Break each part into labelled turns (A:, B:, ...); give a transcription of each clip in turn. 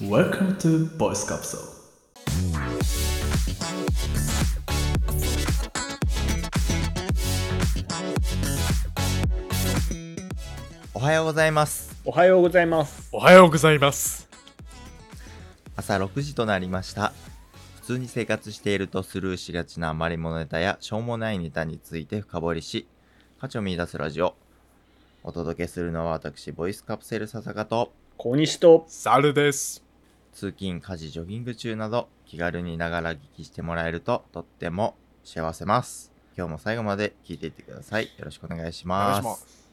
A: Welcome to Voice Capsule.
B: おはようございます
C: おはようございます。
D: おはようございます。
B: 朝6時となりました普通に生活しているとスルーしがちな余り物ネタやしょうもないネタについて深掘りし価値を見出すラジオお届けするのは私ボイスカプセル笹香と
C: 小西と、
D: サルです。
B: 通勤家事ジョギング中など気軽にながら聞きしてもらえるととっても幸せます今日も最後まで聞いていってくださいよろしくお願いし
D: お願
B: ま
D: いし
B: す
D: ます。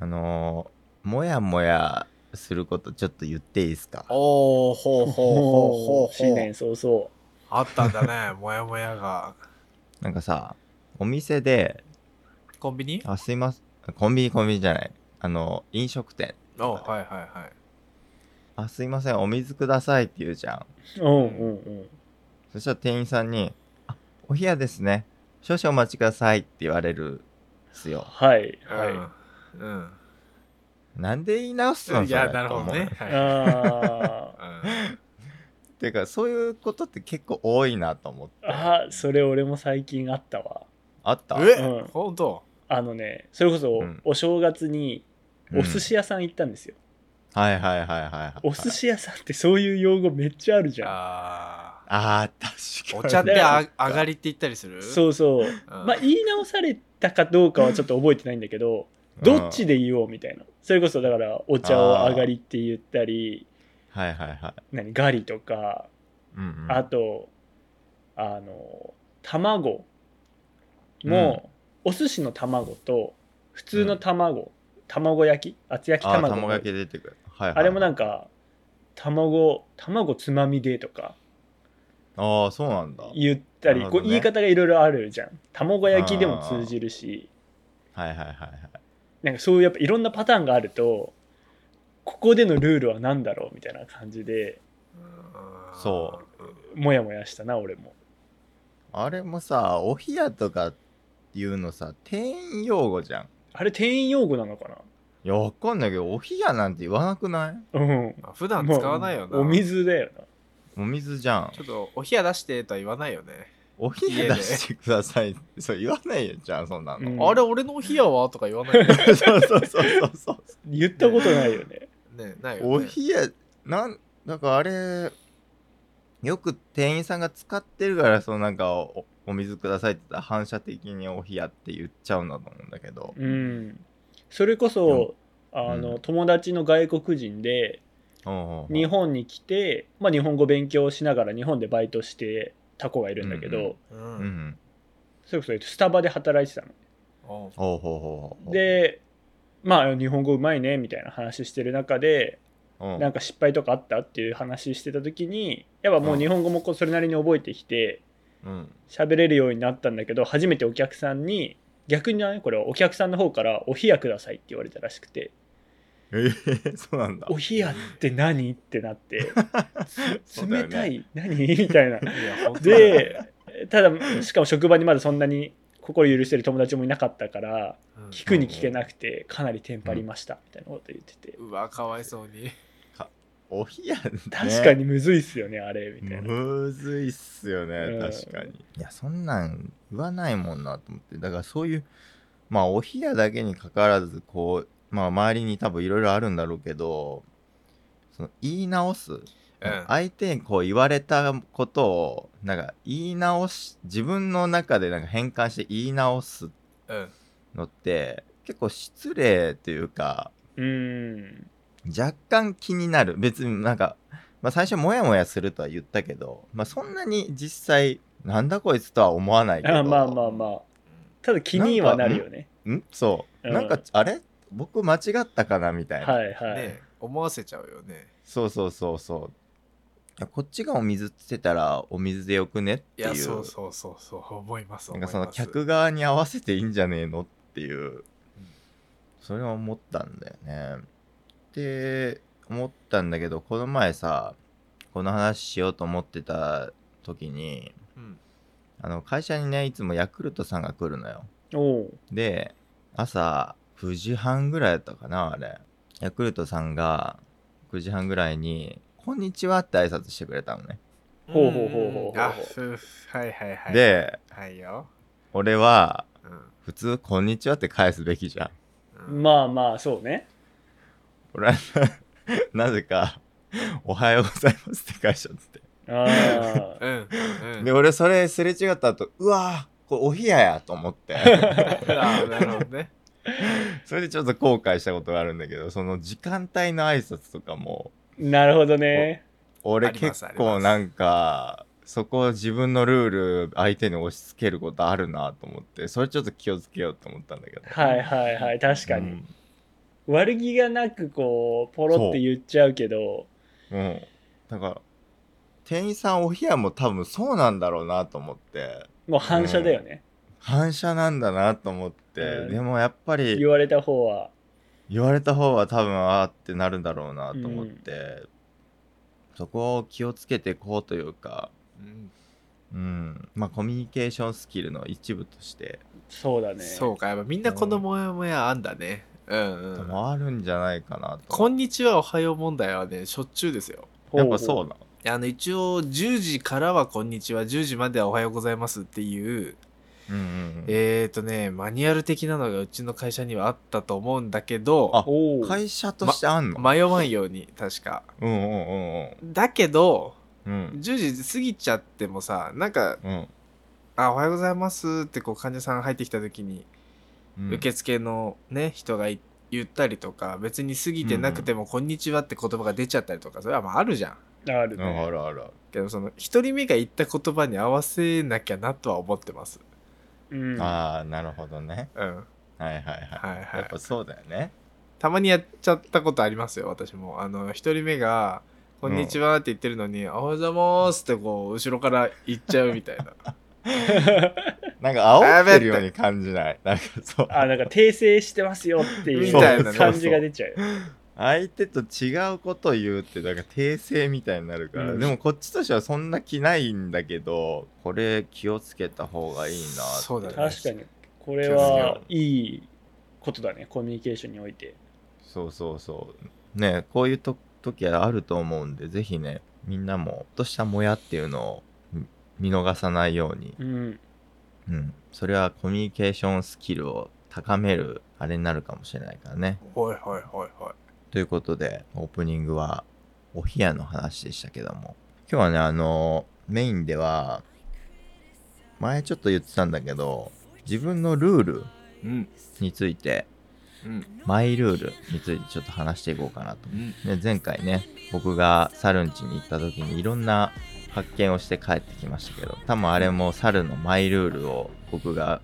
B: あのー、もやもやすることちょっと言っていいですか
D: おー、ほうほうほうほうほう。
C: 新年早々。
D: あったんだね、も やもやが。
B: なんかさお店で
D: コンビニ
B: あ、すいません。コンビニコンビニじゃない。あの、飲食店。
D: おはいはいはい。
B: あ、すいません。お水くださいって言うじゃん。
C: うんうんうん。
B: そしたら店員さんに、あ、お部屋ですね。少々お待ちくださいって言われるんすよ。
C: はいはい。
D: うん。
B: なんで言い直すの
D: うん。いや、
B: それ
D: なるほどね。。はい
C: あー
D: うん
B: てか、そういうことって結構多いなと思って。
C: あ、それ俺も最近あったわ。
B: あった
C: う
D: え
C: ん
D: ほんと
C: あのね、それこそ
B: うん
C: お正月に
B: うん
C: お寿司屋さん行ったんですよ。
B: はいはいはいはいはい。
C: お寿司屋さんってそういう用語めっちゃあるじゃん。
D: あ
B: あ
D: ー
B: ー、
D: お
B: 確
D: 茶
B: か
D: っ
B: に。
D: てあ上がりって言ったりする。
C: そううそう。
D: ま
C: まあ言い直されたかどうかはちょっと覚えてないんだけど、どっち
B: で、
C: で言おうみたいな。それこそだからお茶を上がりって言ったり、
B: はいはいはい。
C: 何ガリとか、
B: うんうん、
C: あとあの卵も、お寿司の卵と普通の卵、卵焼き厚焼き
B: あー、
C: 卵
B: 卵焼き出てくる。はいはい、
C: あれもなんんか卵卵つまみでとか
B: ああ、そうなんだ。はい
C: 言ったり、
B: なるほ
C: こ
B: ど
C: う
B: ね
C: 言い方がいろいろあるじゃん卵焼きでも通じるし
B: はいはいはい。
C: なんかそういうやっぱいろんなパターンがあるとここでのルールは何だろうみたいな感じで
B: そ
C: モヤモヤしたな俺も
B: あれもさ、お部屋とかっていうのさ、店員用語じゃん。
C: あれ店員用語なのか
B: いや、わかんないけど、お部屋なんて言わなくない
C: なうん
D: うん。普段使わないよ
C: も
D: な。
C: うお水だよな
B: お水じゃん
D: ち。ょっと、お冷や出してとは言わないよね。
B: お部
D: 家
B: 屋
D: で
B: 出してくださいって、そう言わないよ、じゃん、そんなの。。
C: うん
D: あれ、俺のお冷やはとか言わないよね
B: そうそうそう そう
C: 言ったことないよね。
D: ねないよ
B: お部
D: ね。
B: 屋、なん、だからあれ、よく店員さんが使ってるから、そのなんかお、お水くださいって言ったら反射的にお部屋って言っちゃうんだと思うんだけど。
C: うん。それこそ、あの、
B: うん
C: 友達の外国人で
B: おうおうおう
C: 日本に来て、まあ、日本語勉強しながら日本でバイトしてた子がいるんだけど、
B: うんう
D: う。
B: うんん。
C: それこそスタバで働いてたの。
D: おう
B: おうほうほうほう。
C: で、まあ日本語うまいねみたいな話してる中で
B: うん、
C: なんか失敗とかあったっていう話してた時にやっぱもう日本語もこうそれなりに覚えてきて
B: うん。
C: 喋れるようになったんだけど初めてお客さんに逆にねこれはお客さんの方から「お冷やください」って言われたらしくて
B: えー、そうなんだ。
C: お冷やって何って なってつ
B: そうだよ
C: 冷
B: ね
C: たい、何 みたいない
D: や、ほんとだよね、
C: でただしかも職場にまだそんなに心許してる友達もいなかったから
D: うん
C: 聞くに聞けなくてかなりテンパりましたみたいなこと言ってて
D: うわ、かわいそうに。
B: お部屋、ね、
C: 確かにむずいっすよねあれみたいな
B: むずいっすよね、
C: うん
B: 確かにいやそんなん言わないもんなと思ってだからそういうまあお部屋だけにかかわらずこうまあ周りに多分いろいろあるんだろうけどその言い直す、
D: うん。
B: 相手にこう言われたことをなんか言い直し自分の中でなんか変換して言い直す
D: うん。
B: のって結構失礼というか
C: うん
B: 若干気になる別になんか、まあ、最初モヤモヤするとは言ったけど、まあ、そんなに実際なんだこいつとは思わないけど
C: あまあまあまあただ気にはなるよね
B: んそう、
C: うん
B: なんかあれ僕間違ったかなみたいな、
C: はいはい、
D: ね思わせちゃうよね。
B: そうそうそうそういやこっちがお水って言ってたらお水でよくねって
D: い
B: いう
D: や、そうそうそうそう、思います。
B: なんかそ
D: 思
B: の
D: います
B: 客側に合わせていいんじゃねえのっていうそれは思ったんだよねって思ったんだけどこの前さこの話しようと思ってた時に
D: うん
B: あの会社にねいつもヤクルトさんが来るのよ
C: おう
B: で朝9時半ぐらいだったかなあれヤクルトさんが9時半ぐらいに「こんにちは」って挨拶してくれたのね。
C: ほうほうほうほうほうん
D: あふはいはいはい
B: で
D: はいよ、
B: 俺は
D: うん
B: 普通「こんにちは」って返すべきじゃん。
D: うん
C: まあまあ、そうね。
B: 俺はなぜか「おはようございます」って返しちゃって
C: あ
D: うんうん
B: て
D: うん
B: で俺それすれ違った後うわーこれお冷ややと思っ て
D: あーなるほどね
B: それでちょっと後悔したことがあるんだけどその時間帯の挨拶とかも
C: ーなるほどね。
B: 俺
D: あります
B: 結構なんかそこを自分のルール相手に押し付けることあるなと思ってそれちょっと気をつけようと思ったんだけど
C: はいはいはい、確かに。
B: うん
C: 悪気がなく、こう、ポロって言っちゃうけど、
B: うんだから店員さんお冷やも多分そうなんだろうなと思って
C: もう反射だよね。
B: 反射なんだなと思って、
C: うん
B: でもやっぱり
C: 言われた方は。
B: 言われた方は多分あーってなるんだろうなと思って、そこを気をつけていこうというか、
D: うん
B: うんまあ、コミュニケーションスキルの一部として
C: そうだね。
D: そうかやっぱみんなこのモヤモヤあんだねうんうん、
B: もあるんじゃないかなと
D: こんにちはおはよう問題はねしょっちゅうですよ
C: ほう
B: やっ
C: ほ
B: ぱ
C: う
B: そうなの
D: あの一応10時からはこんにちは10時まではおはようございますっていう
B: うんうんうん
D: えーとねマニュアル的なのがうちの会社にはあったと思うんだけど
C: おお。
B: 会社としてあんの、
D: 迷わんように確か
B: うんうんうん
D: だけど
B: うんう
D: 10
B: ん
D: 時過ぎちゃってもさなんか
B: うん
D: 「あおはようございます」ってこう患者さん入ってきた時に、
B: うん
D: 受付のね人がい言ったりとか別に過ぎてなくても「こんにちは」って言葉が出ちゃったりとかそれはまああるじゃん
C: ある
B: うんあ
C: ね。
B: るあるある
D: けどその一人目が言った言葉に合わせなきゃなとは思ってます
C: うん。
B: ああなるほどね
D: うん
B: はいはいはい、
D: はいは
B: やっ
D: い
B: ぱそうだよね
D: たまにやっちゃったことありますよ私もあの一人目が「こんにちは」って言ってるのに「おはようございます」ってこう後ろから言っちゃうみたいな
B: なんか煽ってるように感じないなんかそう
C: あなんか訂正してますよってい
D: み
C: う
D: たいなね
C: 感じが出ちゃうよ。
B: 相手と違うことを言うってなんか訂正みたいになるから、
C: うん
B: でもこっちとしてはそんな気ないんだけどこれ気をつけた方がいいなって
D: そうだね
C: 確かにこれはいいことだねコミュニケーションにおいて
B: そうそうそうねこういうと時はあると思うんでぜひねみんなもちょっとしたモヤっていうのをみ見逃さないように、
C: うん
B: うん、それはコミュニケーションスキルを高めるあれになるかもしれないからね
D: ほいほいほいほい
B: ということでオープニングはお冷やの話でしたけども今日はねあのメインでは前ちょっと言ってたんだけど自分のルール
D: うん
B: について
D: うん
B: マイルールについてちょっと話していこうかなと
D: うん
B: で前回ね僕が猿ん家に行った時にいろんな発見をして帰ってきましたけど多分あれも猿のマイルールを僕が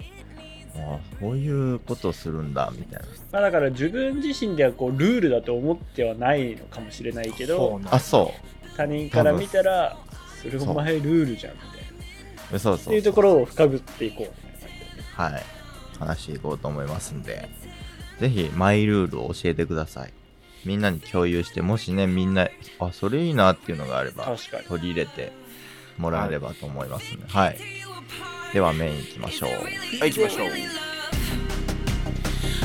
B: あこういうことをするんだみたいな
C: まあだから自分自身ではこうルールだと思ってはないのかもしれない
D: そ
C: け
D: う
C: ど
D: なんだ
B: あそ
C: 他人から見たらそれお前ルールじゃんみたいな
B: うそう
C: っ
B: そ
C: ていううところを深掘っていこう
B: はい話していこうと思いますんでぜひマイルールを教えてくださいみんなに共有してもしねみんなあそれいいなっていうのがあれば
C: 確かに
B: 取り入れてもらえればと思いますねはいではメインいきましょう
D: はい行きましょう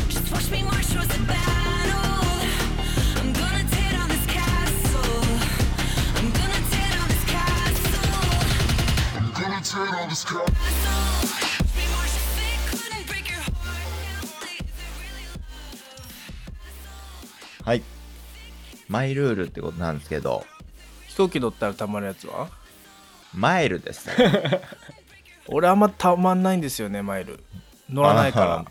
E: Just watch me march towards the battle. I'm gonna tear down this castle. I'm gonna tear down this castle.
F: I'm gonna turn all this crap.
E: We march as they couldn't break your heart. They- they really love.
B: はい。マイルールってことなんですけど、
D: 飛行機乗ったらたまるやつは
B: マイルです。
D: 俺あんまたまんないんですよねマイル乗らない
B: あ
D: か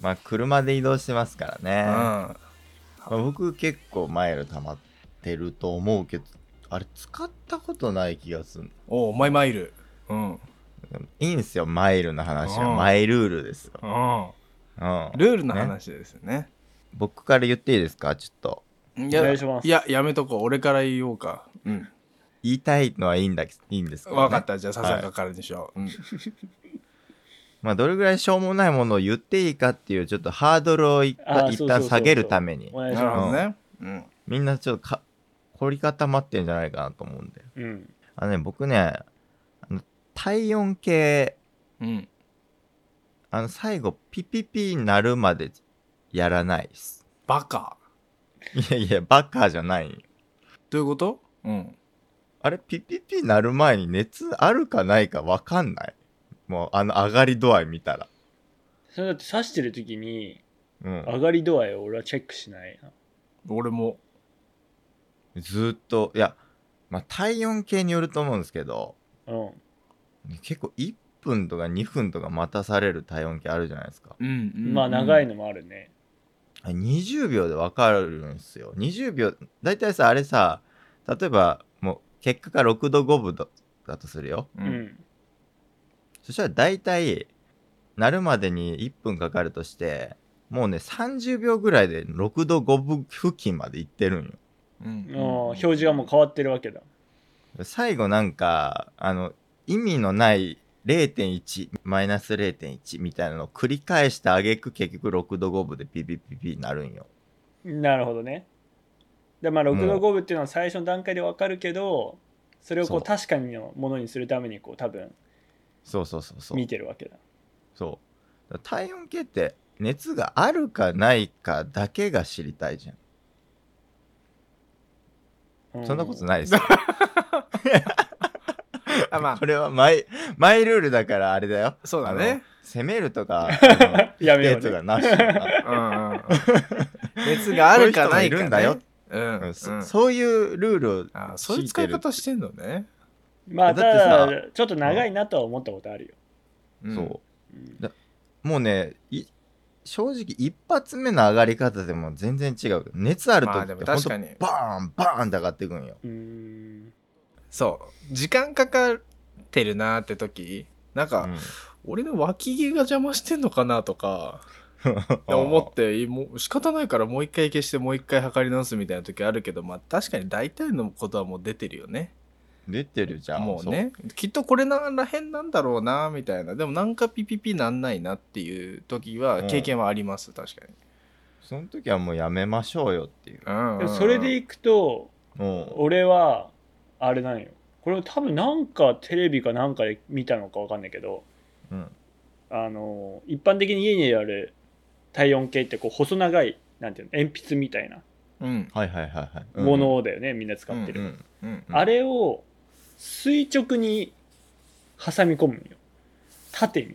B: ー まあ、車で移動してますからね。
D: らうん
B: まあ、僕結構マイル溜まってると思うけど、あれ使ったことない気がする。
D: おおマイマイルうんうん
B: いいんすよ、マイルの話
D: う
B: は。
D: ん
B: マイルールですよ。うん。
D: ルールの話ですよね
B: 僕から言っていいですかちょっと。
D: い
C: お願いします
D: いややめとこう俺から言おうかうん
B: 言いたいのはいいんだけいいんですけど、ね。
D: わかったじゃあささかからにしよう、うん
B: まあ、どれぐらいしょうもないものを言っていいかっていう、ちょっとハードルを一
C: あー
B: 旦
C: そ
B: 一
C: うそうそう
B: 旦
C: そう
B: 下げるために。
C: お願いし
D: なる
C: ま
D: ほどね。うん。
B: みんなちょっとか凝り固まってんじゃないかなと思うんで。
C: すうん
B: あのね、僕ね、あの体温計、
D: うん。
B: あの、最後、ピピピになるまでやらないっす。
D: バカ。
B: いやいや、バカじゃない。
D: どういうことうん。
B: あれ、ピピピなる前に熱あるかないかわかんない。もう、あの、上がり度合い見たら。
C: それだって刺してる時に
B: うん。
C: 上がり度合いを俺はチェックしないな
D: 俺も。
B: ずーっと、いや、まあ、体温計によると思うんですけど、
C: うん
B: 結構1分とか2分とか待たされる体温計あるじゃないですか。
D: うん、
C: まあ長いのもあるね
B: あれ20秒でわかるんですよ。20秒、だいたいさ、あれさ、例えば、もう、結果が6度5分だだとするよ。
D: う。
C: うんん
B: そしたら大体、なるまでに1分かかるとして、もうね、30秒ぐらいで6度5分付近まで行ってるんよ。
D: うん
C: あー表示がもう変わってるわけだ
B: 最後なんか、あの、意味のない0.1、マイナス0.1みたいなのを繰り返してあげく結局6度5分でピピピピになるんよ。
C: なるほどねでまあ
B: うん
C: 6度5分っていうのは最初の段階で分かるけどそれをこ
B: そう
C: う確かにのものにするためにこう多分
B: そうそうそうそう。
C: 見てるわけだ
B: そう。だから体温計って熱があるかないかだけが知りたいじゃん。
C: う
B: そんなことないですよ。
D: あ、 ま
B: これはマイ、マイルールだからあれだよ。
D: あ、そうだね。
B: あの。攻める とか、あ
C: や
B: の
C: めよ
B: デ
C: う、
B: ートが
C: ね、
B: なしとか。
D: うんうんうん。熱があるかないか、ね。
B: そういう人もいるんだよ。
D: う。
B: うんん
D: うん
B: そそういうルールを
D: あそういう使い方してんのね。
C: まあた
B: だ
C: だ
B: って
C: ちょっと長いなとは思ったことあるよ、
D: ん
B: そう
C: うん
B: もうねい正直一発目の上がり方でも全然違う熱ある時
D: まあ
B: っ
D: で
B: て
D: も
B: ほん
D: 確
B: と
D: かに。
B: バーンバーンって上がっていくんよ
C: うーん
D: そう。時間かかってるなーって時、なんか、俺の脇毛が邪魔してんのかなとか、って思って、いもう仕方ないからもう一回消してもう一回測り直すみたいな時あるけど、まあ確かに大体のことはもう出てるよね。
B: 出てるじゃん
D: もうね。きっとこれならへんなんだろうな、みたいな。でもなんかピピピなんないなっていう時は、
B: うん
D: 経験はあります、確かに。
B: そうその時はもうやめましょうよっていう
D: うんうん
C: で
D: うん
C: もそれでいくと
B: も
C: 俺はあれなんよこれ多分なんかテレビかなんかで見たのかわかんないけど
B: う、うん、
C: あの一般的に家にある体温計ってこう細長いなんていうの鉛筆みたいな
D: うん。
B: はいはいはいはい
C: ものだよね、みんな使って
B: う
C: る、
B: ん
D: うん。
C: あれを垂直に挟み込むんよ縦に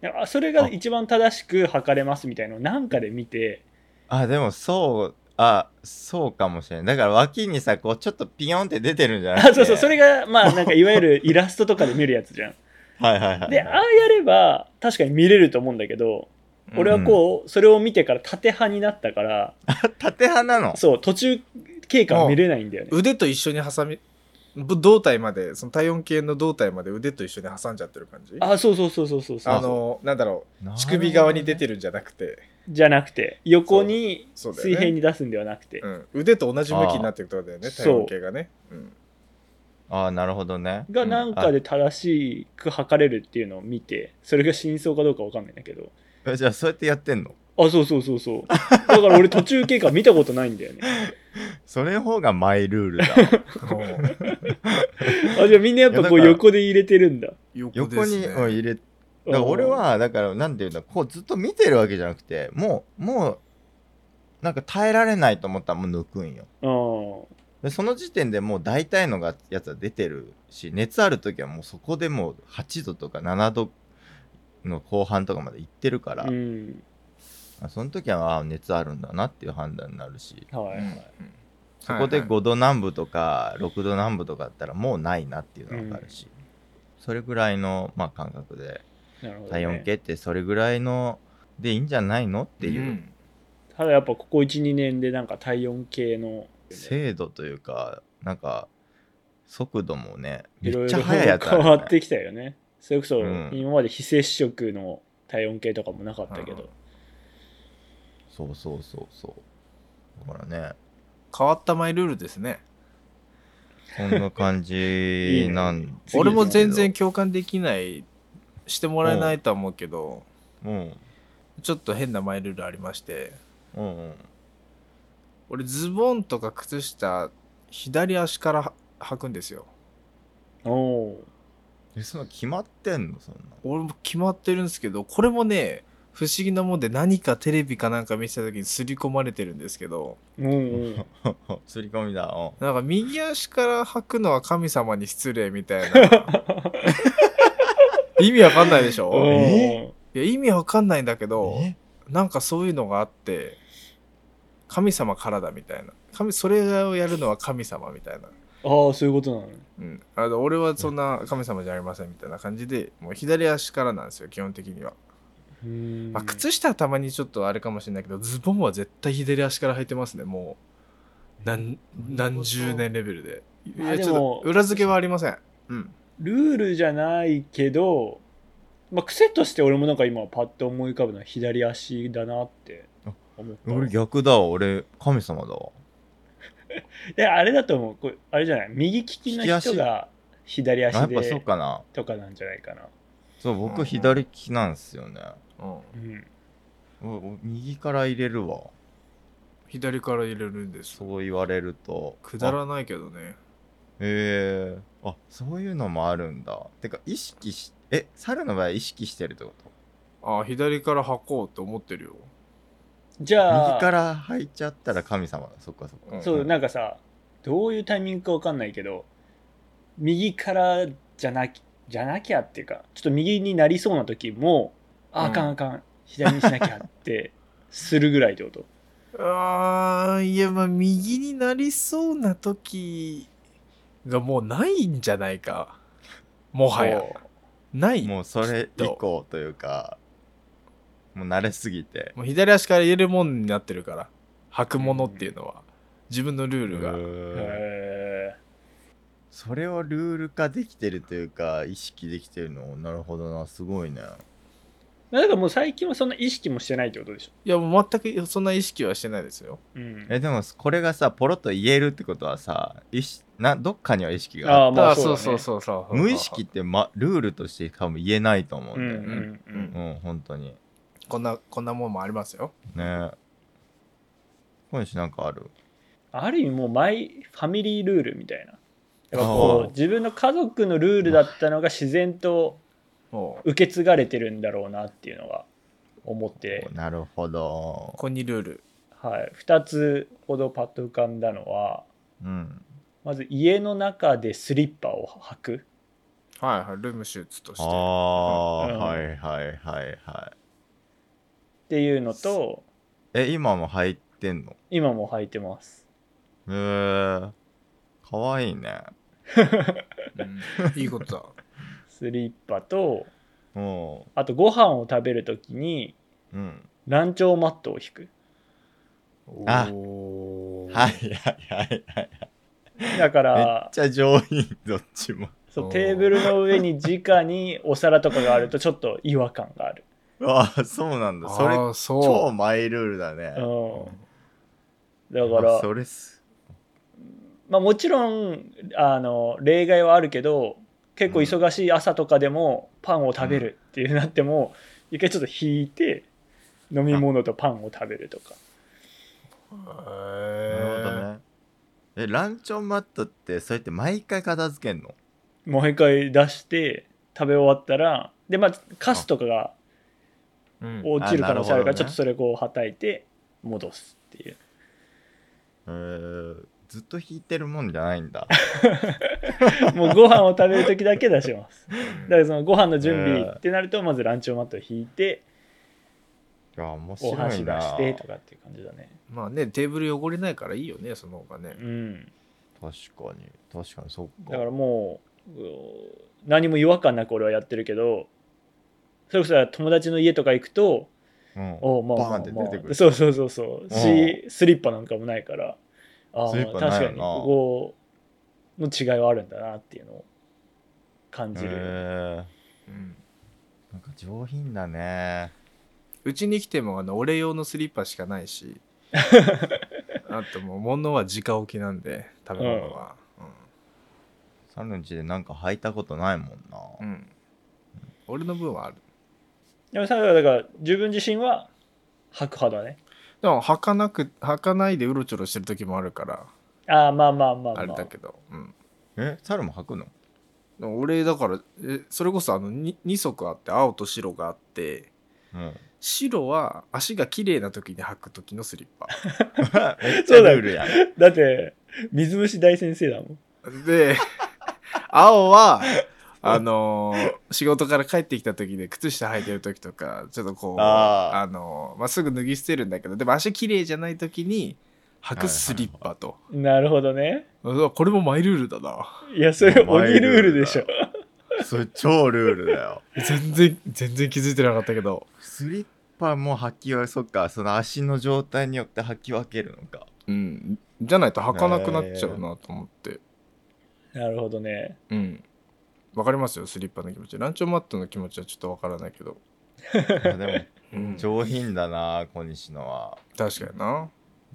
C: だからあそれが一番正しく測れますみたいなのをなんかで見て
B: あでもそうあそうかもしれないだから脇にさこうちょっとピヨンって出てるんじゃな
C: あ
B: い
C: そうそうそれがまあなんかいわゆるイラストとかで見るやつじゃん
B: はいはいはい
C: でああやれば確かに見れると思うんだけど俺はこうそれを見てから縦派になったから
B: 縦派なの
C: そう途中経過は見れないんだよね
D: 腕と一緒に挟みぶ胴体までその体温計の胴体まで腕と一緒に挟んじゃってる感じあ
C: あそうそうそうそうそうそう
D: のなんだろ
B: な
D: う
B: るほどね
D: 乳首側に出てるんじゃなくて、
C: じゃなくて横に
D: そうそうだよね
C: 水平に出すんではなくて、
D: うん、腕と同じ向きになってるってことだよね
C: あー
D: 体温計がねうん
B: ああなるほどね
C: がなんかで正しく測れるっていうのを見てそれが真相かどうかわかんないんだけど
B: えじゃあそうやってやってんの
C: あそうそうそうそうだから俺途中経過見たことないんだよね
B: それの方がマイルール だわ
C: あじゃあみんなやっぱこ
B: いうやだから
C: 横で入れてるんだ
D: 横
B: 横にうん入れだから俺はだからなんていうんだこうずっと見てるわけじゃなくてもうもうなんか耐えられないと思ったらもう抜くんよ
C: あー
B: でその時点でもう大体のがやつは出てるし熱ある時はもうそこでもう8度とか7度の後半とかまでいってるから、
C: うん
B: あその時はああ熱あるんだなっていう判断になるし
C: はいはい、
B: そこで
D: こ
B: 5度南部とか6度南部とかだったらもうないなっていうのが分かるし、それぐらいの、まあ、感覚で
C: なるほど、ね、
B: 体温計ってそれぐらいのでいいんじゃないのっていう、
C: ただやっぱここ12年でなんか体温計の
B: 精度というかなんか速度もねめ
C: いろ
B: っ
C: い
B: ち
C: ろ
B: ゃ速い
C: 変
B: やつある
C: わ
B: よ
C: って
B: ね
C: きたよねそれこそ
B: うん
C: 今まで非接触の体温計とかもなかったけど、
B: そうそうそうそうだからね
D: 変わったマイルールですね
B: こんな感 じなん
C: 次ですね
D: 俺も全然共感できないしてもらえないとは思うけど
B: うん
D: ちょっと変なマイルールありまして
B: うんうん
D: 俺ズボンとか靴下左足からは履くんですよ
C: おお
B: えその決まってんのそんな
D: 俺も決まってるんですけどこれもね不思議なもんで何かテレビかなんか見てた時に刷り込まれてるんですけど
C: う んうん。
B: すり込みだ。うん
D: なんか右足から履くのは神様に失礼みたい な意味わかんないでし
C: うん
D: ょ
B: え
D: いや意味わかんないんだけど
B: え
D: なんかそういうのがあって神様からだみたいな神それをやるのは神様みたいな、
C: ああ、そういうことなのね。
D: うん、あの俺はそんな神様じゃありませんみたいな感じでもう左足からなんですよ基本的には、
C: うーん
D: まあ、靴下はたまにちょっとあれかもしれないけどズボンは絶対左足から履いてますねもう何何十年レベルでい
C: あ
D: や
C: で
D: ち
C: も
D: ょっと裏付けはありませんうん
C: ルールじゃないけど、まあ、癖として俺もなんか今パッと思い浮かぶのは左足だなって思った
B: 俺逆だわ。俺、神様だわ。
C: であれだと思うこれあれじゃない右利きの人が左
B: あや
C: 足
B: っぱそう
C: で
B: かな。
C: とかなんじゃないかな、
B: そう、
D: うんう
B: 僕
D: ん
B: 左利きなんですよね。
D: うん
C: うん、
B: おお右から入れるわ。
D: 左から入れるんです
B: そう言われると。
D: くだ
B: あ
D: らないけどね
B: へえあ、そういうのもあるんだ。てか、意識し、え、猿の場合意識してるってこと
D: ああ左から履こうと思ってるよ
C: じゃあ
B: 右から入っちゃったら神様だ。そっかそっか。
D: うん
C: そう
B: ね。
C: なんかさどういうタイミングかわかんないけど右からじゃなきじゃなきゃっていうかちょっと右になりそうな時もあ
D: うん
C: あかんあかん左にしなきゃってするぐらいってこと
D: あーいやまあ右になりそうな時がもうないんじゃないかもはや
C: こ
D: ないも
B: もうそれ以降というか、もう慣れすぎて。
D: う左足から入れるもんになってるから履くものっていうのは、自分のルールが、
B: う
C: う
B: ーん
C: へ
B: それをルール化できてるというか、意識できてるの、なるほどな、すごいね。
C: えだからもう最近はそんな意識もしてないってことでしょ、
D: いやもう全くそんな意識はしてないですよ
C: うん、
B: え、でも、これがさ、ポロッと言えるってことはさ、意識などっかには意識
C: あ
B: があ
C: あ
B: っ
C: ま
D: あ
C: あ
D: あ
C: そうだ
D: そ
C: ね
D: うそうそうそう
B: 無意識って、ま、ルールとして多分言えないと思う
C: うんん
B: だ
C: う
B: よね。
C: んうん
B: うん、本当に。
D: こんなこんなもんもありますよ
B: ね今週なんかある
C: ある意味もうマイファミリールールみたいなやっぱ
B: あ
C: こ
B: あ
C: う自分の家族のルールだったのが自然と
D: もう
C: 受け継がれてるんだろうなっていうのは思って
B: なるほ
D: こ
B: ど。
D: こにルール
C: はい、2つほどパッと浮かんだのは
B: うん。
C: まず家の中でスリッパを履く
D: はいはいルームシューズとし
B: あ
D: て
B: あ、
C: うん
B: はいはいはいはい。
C: っていうのと
B: え、今も入ってんの
C: 今も履いてます
B: へえ。かわいいね。
D: うんいいことだ
C: スリッパと
B: うん。
C: あとご飯を食べるときに
B: うん。
C: ランチョーマットを引く
B: あ
D: おー
B: はいはいはいはい。
C: だか
B: めっ
C: ら
B: ちゃ上品、どっちも。
C: そう
D: おー
C: テーブルの上に直にお皿とかがあるとちょっと違和感がある、
B: ああ、そうなんだ。それ
D: あ、ーそう
B: 超マイルールだね。
C: うん、だか
B: あ
C: ら
B: それす。
C: まあ、もちろんあの例外はあるけど結構忙しい朝とかでもパンを食べるっていうなっても、一回ちょっと引いて飲み物とパンを食べるとか
B: なるほど
D: へ
B: ね。え、ランチョンマットって、そうやって毎回片付けんの
C: もう一回出して食べ終わったらでまあカスとかが
D: えうん
C: 落ちる可
B: あなる
C: 能性あるか
B: ほどね
C: らちょっとそれをこうはたいて戻すっていう
B: えー、ずっと引いてるもんじゃないん だ。
C: もうご飯を食べる時だけ出しますだからそのご飯の準備ってなるとまずランチをマットを引いて
B: いや、面白
C: お箸
B: い
C: 出
B: な。
C: してとかっていう感じだね
D: まあねテーブル汚れないからいいよねその方がね
C: うん
B: 確かに、確かに、そっか。
C: だからもううー何も違和感なく俺はやってるけどそれこそ友達の家とか行くと
B: うん、
C: おうまあまあ
B: バーンって出てく
C: まあ
B: る。
C: そうそうそうそうし
B: う
C: スリッパなんかもないからあ
B: スリ
C: あ
B: ッパ
C: 確
B: ないよな
C: かにここの違いはあるんだなっていうのを感じ
B: へ
C: る、
B: ー
D: うん
B: なんか上品だね。
D: うちに来てもあの俺用のスリッパしかない しあともう物は直置きなんで食べ物は
B: サルの家でなんか履いたことないもんな。
D: うん、うん俺の分はある
C: でもさだから自分自身は白派だね
D: でも履かなく履かないでうろちょろしてる時もあるから
C: ああまあまあまあまあ
D: あれだけど、うん
B: え、サルも履くの
D: でも俺だからえそれこそあの 2, 足あって青と白があって
B: うん。
D: 白は足が綺麗な時に履く時のスリッパ。
B: めっちゃルール やん。
C: だって、水虫大先生だもん。
D: で、青は、あのー仕事から帰ってきた時で靴下履いてる時とか、ちょっとこう、
B: あ
D: あ
B: ー
D: のーまあ、すぐ脱ぎ捨てるんだけど、でも足綺麗じゃない時に履くスリッパと。
C: なるほどね。
D: うわこれもマイルールだな。
C: いや、それ
B: マ
C: 鬼
B: イルールだ
C: ルールでしょ。
B: それ超ルールだよ。
D: 全然、全然気づいてなかったけど。
B: スリッパも履き分け、そっか、その足の状態によって履き分けるのか。
D: うん。じゃないと履かなくなっちゃうなと思って。
C: なるほどね。
D: うん。わかりますよ、スリッパの気持ち。ランチョンマットの気持ちはちょっとわからないけど。
B: いやで
D: うん
B: も、上品だな、小西のは。
D: 確かにな。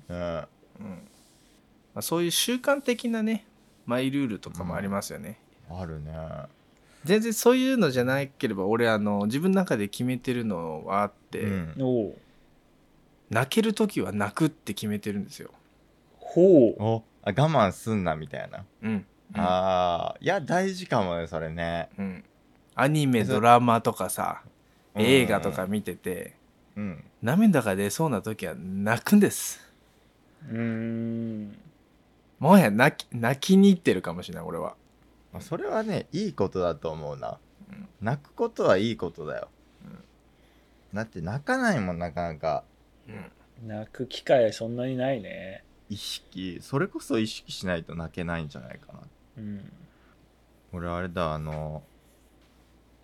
B: うん。
D: うんまあ、そういう習慣的なねマイルールとかもありますよね、
B: あるね。
D: 全然そういうのじゃなければ俺あの自分の中で決めてるのはあって、
B: うん。
C: おう
D: 泣ける時は泣くって決めてるんですよ
C: ほう。
B: おあ我慢すんなみたいな。
D: うんあ、
B: ああ、いや、大事かもね、それね。
D: うん、アニメドラマとかさ
B: うん
D: 映画とか。見てて
B: うん。
D: 涙が出そうな時は泣くんです
C: うーん。
D: もはや泣き泣きに行ってるかもしれない俺は
B: まあそれはね、いいことだと思うな
D: うん。
B: 泣くことはいいことだよ。だって泣かないもん、なかなか。
C: 泣く機会そんなにないね。
B: 意識、それこそ意識しないと泣けないんじゃないかな。
C: うん。
B: 俺、あれだ、あの、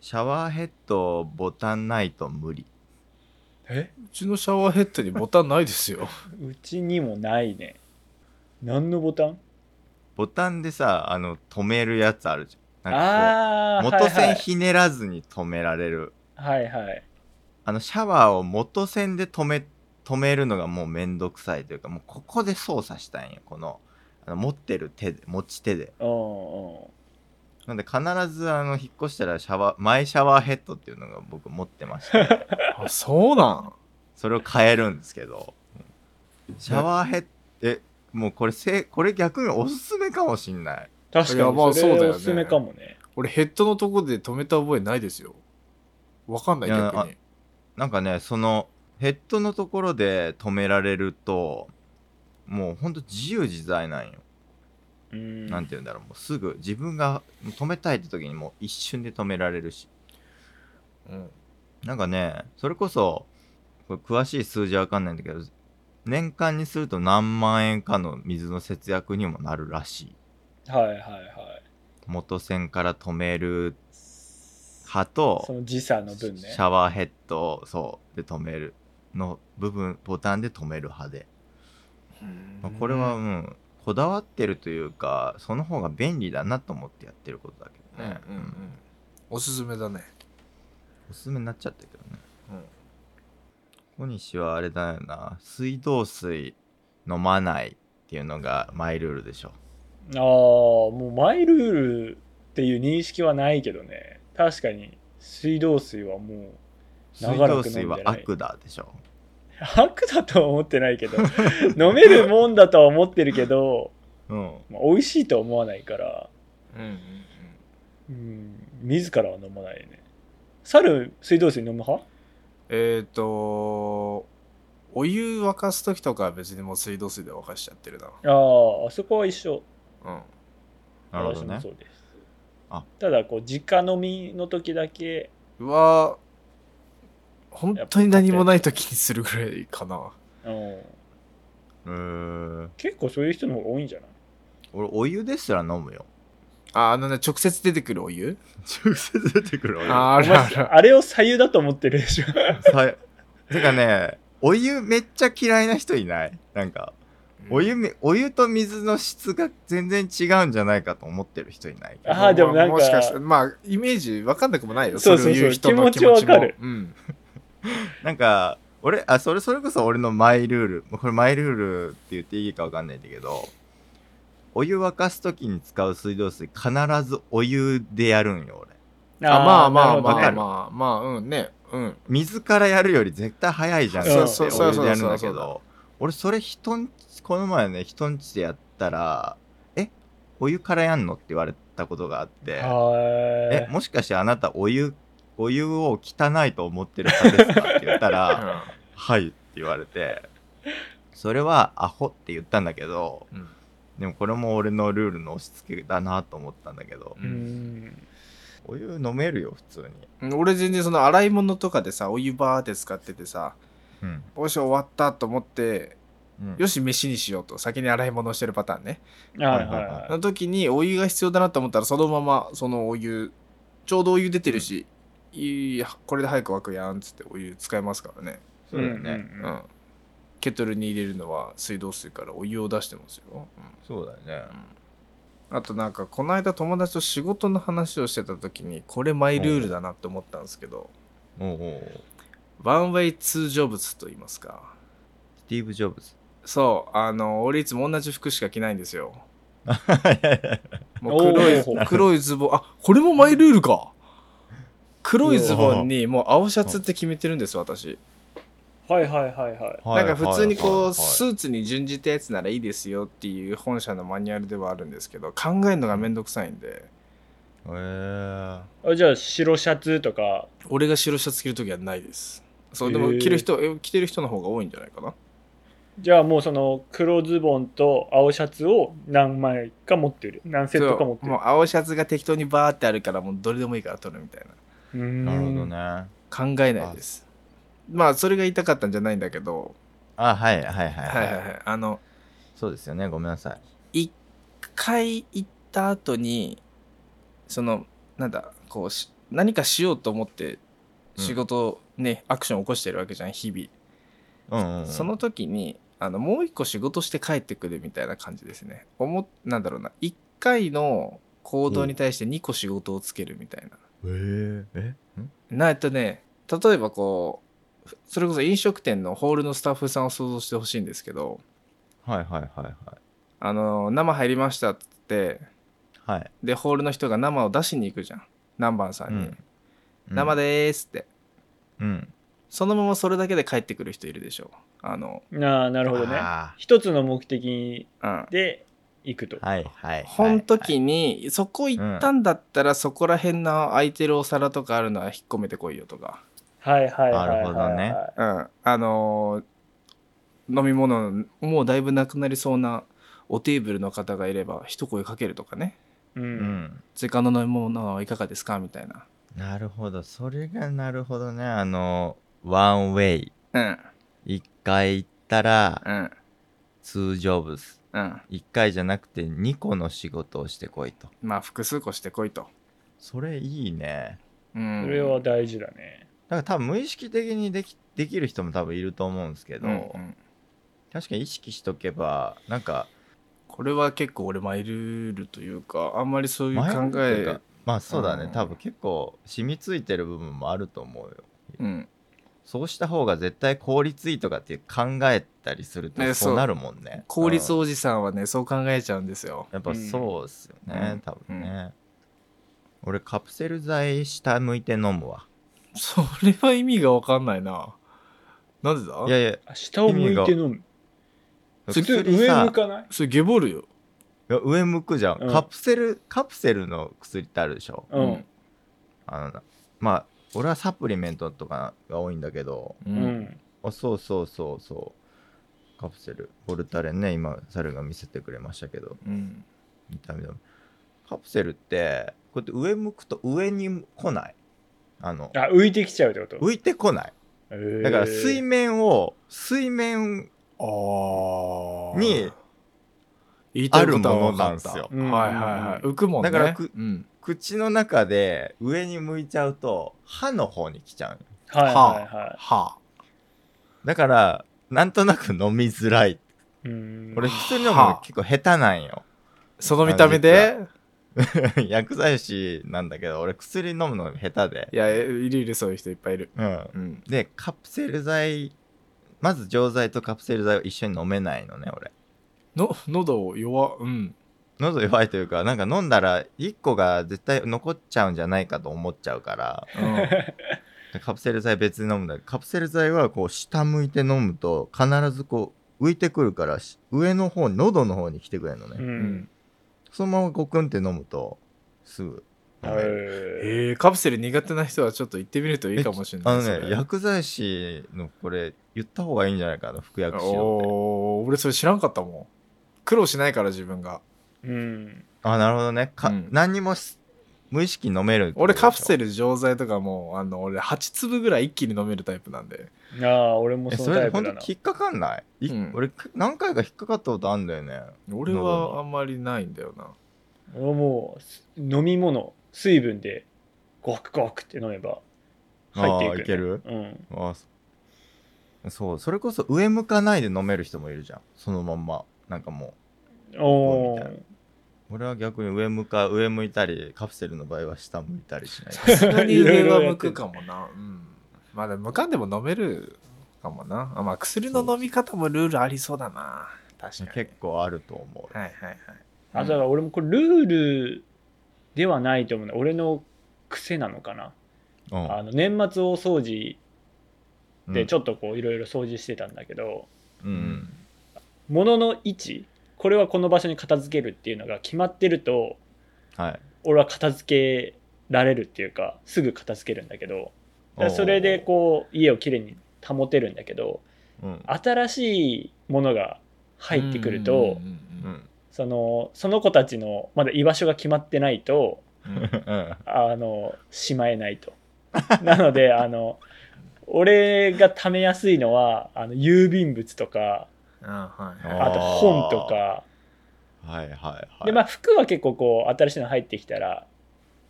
B: シャワーヘッドボタンないと無理。
D: えうちのシャワーヘッドにボタンないですよ
C: うちにもないね。何のボタン
B: ボタンでさ、あの、止めるやつあるじゃん。なんか
C: ああ
B: こう
C: ー、
B: 元線ひねらずに止められる。
C: はいはい。はいはい。
B: あの、シャワーを元線で止め、止めるのがもうめんどくさいというか、もうここで操作したいんよ。この、あの持ってる手で、持ち手で。
C: うんうん。
B: なんで必ず、あの、引っ越したらシャワー、マイシャワーヘッドっていうのが僕持ってまして、
D: あそうなん
B: それを変えるんですけど、シャワーヘッド、え、もうこれせ、これ逆におすすめかもしんない。
C: 確
D: いやま
C: か
D: あ
C: にそ
D: そうだ
C: れ
D: よ
C: お
D: ね
C: すすめかもね。
D: 俺ヘッドのとこで止めた覚えないですよわかんない
B: いや
D: 逆に
B: なんかね、その、ヘッドのところで止められると、もうほんと自由自在なんよ。
C: うん。
B: なんて言うんだろう、もうすぐ自分が止めたいって時にもう一瞬で止められるし。
D: うん
B: なんかね、それこそ、これ詳しい数字はわかんないんだけど、年間にすると何万円かの水の節約にもなるらしい。
C: はいはいはい。
B: 元栓から止める派と、
C: その時差の分ね
B: シ。ャワーヘッドをそう、で止めるの部分、ボタンで止める派で。まあこれは、うん、こだわってるというか、その方が便利だなと思ってやってることだけどね。
D: うんうんう
B: うん
D: んおすすめだね、
B: おすすめになっちゃったけどね。
D: うん、
B: 小西はあれだよな水道水飲まないっていうのがマイルールでしょ
C: ああ、もうマイルールっていう認識はないけどね。確かに水道水はもう
B: 水
C: 長ら
B: 道
C: く飲んでない
B: 水は悪だでしょ
C: 悪だとは思ってないけど飲めるもんだとは思ってるけど、
B: うん
C: まあ、美味しいとは思わないから、
D: うんうん
C: うん、自らは飲まないね猿水道水飲む派
D: えっ、とお湯沸かす時とかは別にもう水道水で沸かしちゃってるな
C: あああそこは一緒
D: うん
B: なるほどね
C: 私もそうです
B: あ
C: ただこう直飲みの時だけ
D: うわー本当に何もない時にするぐらいかな
C: うん
B: うーん
C: 結構そういう人の方が多いんじゃない
B: 俺お湯ですら飲むよ
D: ああのね直接出てくるお湯
B: 直接出てくるお湯
D: あーあ
C: お
D: る
C: 前
D: ある
C: あれを左右だと思ってるでしょ
B: さてかねお湯めっちゃ嫌いな人いないなんかお湯めお湯と水の質が全然違うんじゃないかと思ってる人いない
C: あーでもなんか
D: もしかしたらまあイメージわかんなくもないよ
C: そう
D: れを言人の
C: そうそうそう気持ちわかる
D: うん
B: なんか俺あそれそれこそ俺のマイルールもうこれマイルールって言っていいかわかんないんだけどお湯沸かす時に使う水道水必ずお湯でやるんよ俺
D: あまあまあま
B: わか
D: あ
B: る
D: まあまあうんねうん
B: 水からやるより絶対早いじゃん
C: そう
B: って
C: そう
B: お
D: そう
B: 湯でやるんだ
D: そうそ
B: け
D: うそ
B: ど俺それ人んちこの前ね人んちでやったら「えお湯からやんの?」って言われたことがあって「
C: は
B: えもしかしてあなたお湯お湯を汚いと思ってる派ですかって言っ たらはいって言われてそれはアホって言ったんだけど
D: うん
B: でもこれも俺のルールの押し付けだなと思ったんだけど
D: う
C: うんん
B: お湯飲めるよ普通に
D: うん俺全然その洗い物とかでさお湯バーって使っててさ
B: うん、
D: よし終わったと思って
B: うん
D: よし飯にしようと先に洗い物をしてるパターンね
C: はい
B: は
C: はいい
B: は
D: の
C: は
D: 時にお湯が必要だなと思ったらそのままそのお湯ちょうどお湯出てるし、いいやこれで早く沸くやんっつってお湯使えますからね、
C: い
B: そうだよね、
C: うんうん
D: う
C: うん
D: んケトルに入れるのは水道水からお湯を出してますよ、
B: そうだよね
D: うん、あとなんかこの間友達と仕事の話をしてた時にこれマイルールだなって思ったんですけど、
B: おうおう
D: ワンウェイツージョブズと言いますか
B: スティーブ・ジョブズ
D: そうあの俺いつも同じ服しか着ないんですよもう
C: お
D: 黒い
C: ー
D: 黒いズボンあこれもマイルールか黒いズボンにもう青シャツって決めてるんです私
C: はいはいはいはい
D: なんか普通に
B: はいはい
D: こ
B: は
D: う
B: い
D: スーツに準じたやつならいいですよっていう本社のマニュアルではあるんですけど考えるのがめんどくさいんで
B: へ
C: あじゃあ白シャツとか
D: 俺が白シャツ着るときはないですそうで
C: へ
D: も
C: ー
D: 着る人え着てる人の方が多いんじゃないかな
C: じゃあもうその黒ズボンと青シャツを何枚か持ってる何セットか持って
D: そう
C: る
D: もう青シャツが適当にバーってあるからもうどれでもいいから取るみたいな
C: うー
B: え
C: ん
B: なるほどねあ
D: 考えないですまあそれが言いたかったんじゃないんだけど
B: はいはいはいは、
D: はいいはいはいあの
B: そうですよねごめんなさい
D: 一回行った後にそのなんだこうし何かしようと思って
B: うん
D: 仕事、ねアクションを起こしてるわけじゃん日々、
B: うんうんうん
D: その時にあのもう一個仕事して帰ってくるみたいな感じですね思っなんだろうな一回の行動に対して二個仕事をつけるみたいな、
B: へーえん
D: なえっとね例えばこうそれこそ飲食店のホールのスタッフさんを想像してほしいんですけど
B: はいはいはいはい
D: あの生入りましたっつって
B: はい、
D: でホールの人が生を出しに行くじゃん南番さんに、
B: うん
D: 生でーすって
B: うん
D: そのままそれだけで帰ってくる人いるでしょあの、
C: ああなるほどね
B: あ
C: 一つの目的
D: うん、
C: で行くと、
B: ーはいはいはい
D: ほん時にそこ行ったんだったらそこら辺の空いてるお皿とかあるのは引っ込めてこいよとか、
C: はいはいはい
B: な
C: はい
B: るほど
C: はい、
B: ね
D: うん、あのー飲み物のもうだいぶなくなりそうなおテーブルの方がいれば一声かけるとかね
C: う
B: うんん
D: 追加の飲み物はいかがですかみたいな
B: なるほどそれがなるほどねあのワンウェイ
D: うん
B: 一回行ったら
D: うん
B: 通常ブス
D: うん
B: 一回じゃなくて二個の仕事をしてこいと
D: まあ複数個してこいと、
B: それいいね
D: うん、
C: それは大事だね
B: だから多分無意識的にできできる人も多分いると思うんですけど、
D: うんうん
B: 確かに意識しとけばなんか
D: これは結構俺マイルールというかあんまりそういう
B: 前
D: 考
B: という
D: え
B: か、まあそうだね、
D: うん
B: 多分結構染みついてる部分もあると思うよ
D: うん、
B: そうした方が絶対効率いいとかって考えたりすると
D: ね
B: そ
D: そうう
B: なるもんね
D: 効率
B: うん
D: おじさんはねそう考えちゃうんですよ
B: やっぱそうっすよね、
D: うん
B: 多分ね、俺カプセル剤下向いて飲むわ
D: それは意味が分かんないななんでだ
B: いやいや
C: あ下を向いて飲む普通
B: 薬さ
C: 上向かない
D: それゲボるよ
B: いや上向くじゃん、
C: うん
B: カプセルカプセルの薬ってあるでしょ、
C: うん、うん
B: あのまあ俺はサプリメントとかが多いんだけど
D: う
B: あそうそうそうそうカプセルボルタレンね今猿が見せてくれましたけど
D: うん
B: 見た目でもカプセルってこうやって上向くと上に来ないあの
C: あ浮いてきちゃうってこと
B: 浮いてこないだから水
C: 面
B: 面を水面
D: あー
B: に
D: 言いた
B: あ
D: い
B: る
D: こ
B: も
D: とは
B: の
D: 分
B: な
D: かっ
B: んで
D: た
B: すよ
C: うん
D: はいはいはい浮くもんね
B: だからく
D: うん、
B: 口の中で上に向いちゃうと歯の方に来ちゃうのよ
C: はいはいは
D: は
B: だからなんとなく飲みづらい
C: い、うん、
B: 俺普通に飲むの結構下手なんよ
D: あその見た目で
B: 薬剤師なんだけど俺薬飲むの下手で
D: いやえいるいるそういう人いっぱいいる
B: うん
D: うん
B: でカプセル剤まず錠剤とカプセル剤を一緒に飲めないのね俺
D: の喉を弱 うん
B: 喉弱いというかなんか飲んだら1個が絶対残っちゃうんじゃないかと思っちゃうから
D: うん
B: カプセル剤別に飲むんだけどカプセル剤はこう下向いて飲むと必ずこう浮いてくるからし上の方喉の方に来てくれるのね、
C: うん
D: うん
B: そのままゴクンって飲むとすぐ飲める
C: え
D: えー、カプセル苦手な人はちょっと行ってみるといいかもしれない
B: あの
D: それ
B: ね薬剤師のこれ言った方がいいんじゃないかな服薬師のって
D: おお俺それ知らんかったもん苦労しないから自分が
C: ー、うん。
B: あなるほどねか、
D: うん
B: 何にもし無意識に飲める
D: 俺カプセ
B: ル
D: ル錠剤とかもうあの俺8粒ぐらい一気に飲めるタイプなんで
C: ああ、俺も
B: え
C: そ
B: そ
C: の
B: れ
C: タ
B: で
C: イプ
B: 本当
C: だ
B: に
C: な。
B: 引っかかんないい
D: うん
B: 俺く何回か引っかかったことあるんだよね
D: 俺はあんまりないんだよな
C: 俺はもうす飲み物、水分でゴクゴクって飲めば入っていく、ね。
B: あーいける
C: うん。
B: あーそそうそれこそ上向かないで飲める人もいるじゃんそのまんまなんかも
C: お
B: みたい
C: ー
B: なう俺は逆に上向か上向いたりカプセルの場合は下向いたりしな い
D: さすがに
C: いろい
D: 上
C: ろやっ
D: は
C: てる
D: 向くかもな うんまあでも向かんでも飲めるかもなあまあ薬の飲み方もルールありそうだな確かに
B: 結構あると思う
D: はいはいはい
C: あだから俺もこれルールではないと思うな俺の癖なのかな、
B: うん
C: あの年末大掃除
B: う
C: で
B: ん
C: ちょっとこういろいろ掃除してたんだけど、
B: うん
C: 物の位置これはこの場所に片付けるっていうのが決まってると
B: はい
C: 俺は片付けられるっていうかすぐ片付けるんだけどだからそれでこう家をきれいに保てるんだけど
B: う、うん
C: 新しいものが入ってくると、
D: うんうん
B: う
D: うん
B: ん
C: そのその子たちのまだ居場所が決まってないと
D: うん
B: うん
C: あのしまえないとなのであの俺が貯めやすいのはあの郵便物とか
D: あはいはい
C: あと本とか
B: はいはいは い。
C: でまあ服は結構こう新しいの入ってきたら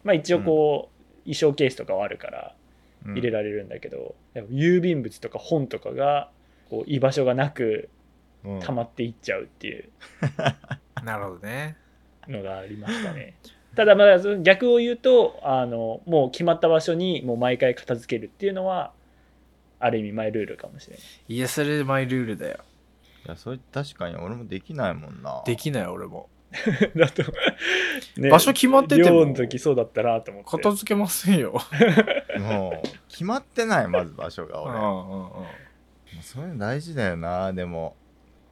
C: まあ一応こう、衣装ケースとかはあるから入れ
B: る。
C: られるんだけど、でも郵便物とか本とかがこう居場所がなく
B: うん
C: 溜まっていっちゃうっていう
D: なるほどね
C: のがありましたね。ただまあその逆を言うとあのもう決まった場所にもう毎回片付けるっていうのはある意味マイルールかもしれない。
D: いやそれマイルールだよ
B: いや、それ確かに俺もできないもんな。
D: できない俺も
C: だと、ね
D: 場所決まってても
C: 寮の時そうだったなと思って
D: 片付けませんよ
B: もう、決まってない、まず場所が
D: うん
B: 俺。
D: う
B: も
D: んうん
B: うそういうの大事だよな、でも。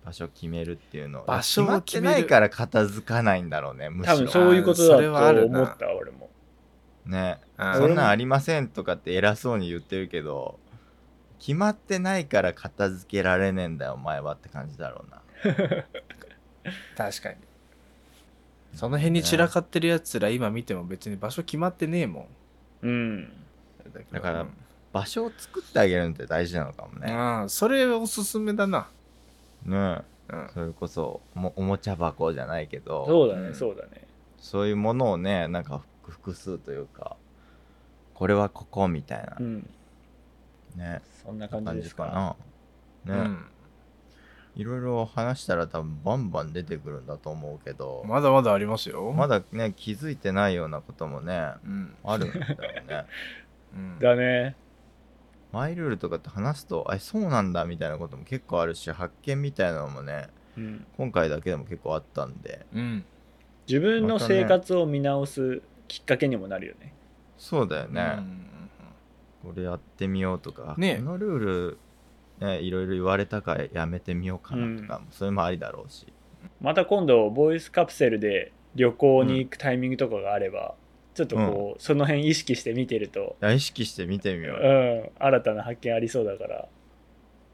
B: 場所決めるっていうの。
D: 場所を決める
B: 決まってないから片付かないんだろうね、むし
C: 多
B: ろ。
C: 分そういうことだ
D: それはあ
C: と
D: るな
C: 思った俺も
B: ね。
D: あ
B: そん
D: ー
B: なんありませんとかって偉そうに言ってるけど、決まってないから片付けられねえんだよ、お前はって感じだろうな。
D: 確かにその辺に散らかってるやつら今見ても別に場所決まってねえもん
C: うん
B: だから場所を作ってあげるのって大事なのかもね。
D: うん、それおすすめだな、
B: ねえ。
D: うん、
B: それこそもおもちゃ箱じゃないけど
C: そうだね、
D: うん
C: そうだね
B: そういうものをねなんか複複数というかこれはここみたいな、
C: うん
B: ね
C: そんな感
B: 感
C: じ
B: じ
C: ですか
B: か
D: う
B: な、ね
D: ん、
B: いろいろ話したら多分バンバン出てくるんだと思うけどま
D: まだまだありますよだ、
B: だね気づいてないようなこともね
D: うん
B: あるんだよね
D: うん、
C: だね
B: マイルールとかって話すとあそうなんだみたいなことも結構あるし発見みたいなのもね
C: うん
B: 今回だけでも結構あったんで
D: うん、
C: 自分の生活を見直すきっかけにもなるよね
B: そうだよね、
D: うん
B: これやってみようとか、
D: ねえ
B: このルール、ね、いろいろ言われたからやめてみようかなとか、それもありだろうし
C: また今度ボイスカプセルで旅行に行くタイミングとかがあれば、ちょっとこう、その辺意識して見てると、
B: いや意識して見てみよ
C: う
B: う、
C: ん、新たな発見ありそうだから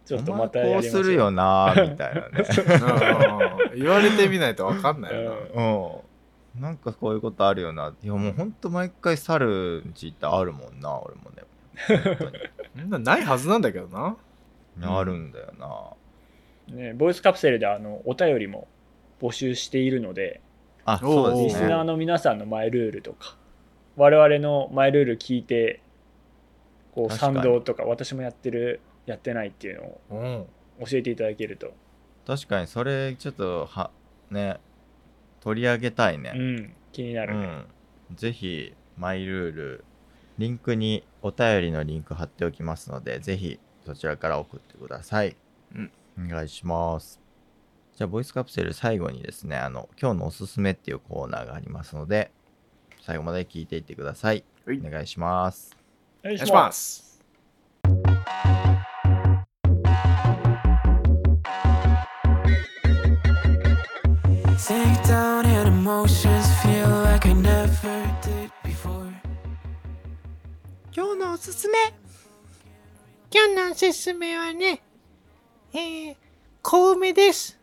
C: ちょっとまた
B: お前
C: や
B: こう
C: ります
B: るよなみたいな ね、
D: うん言われてみないと分かんないよな、
C: うん
B: うん、なんかこういうことあるよないやもうほんと毎回猿んちってあるもんな俺もね本当 に
D: そんなないはずなんだけどな
B: あるんだよな
C: ね、ボイスカプセルであのお便りも募集しているので、
B: あ
D: おう
B: そう
C: リ
B: で
C: ス
B: す
C: ナ
B: ね
C: ーの皆さんのマイルールとか、我々のマイルール聞いて、こう
B: 確かに
C: 賛同とか、私もやってる、やってないっていうのを
D: うん
C: 教えていただけると、
B: 確かにそれちょっとはね取り上げたいね、
C: うん、気になる、ね
B: うん、ぜひマイルールリンクにお便りのリンク貼っておきますのでぜひそちらから送ってください、
D: うん
B: お願いしますじゃあボイスカプセル最後にですねあの今日のおすすめっていうコーナーがありますので最後まで聞いていってください
D: はい
B: お願いします
C: お願い
D: お願い
C: し
D: し
C: ま。
D: ますす
B: 今日のおすすめ
G: 今日のおすすめはね、えー、小梅です。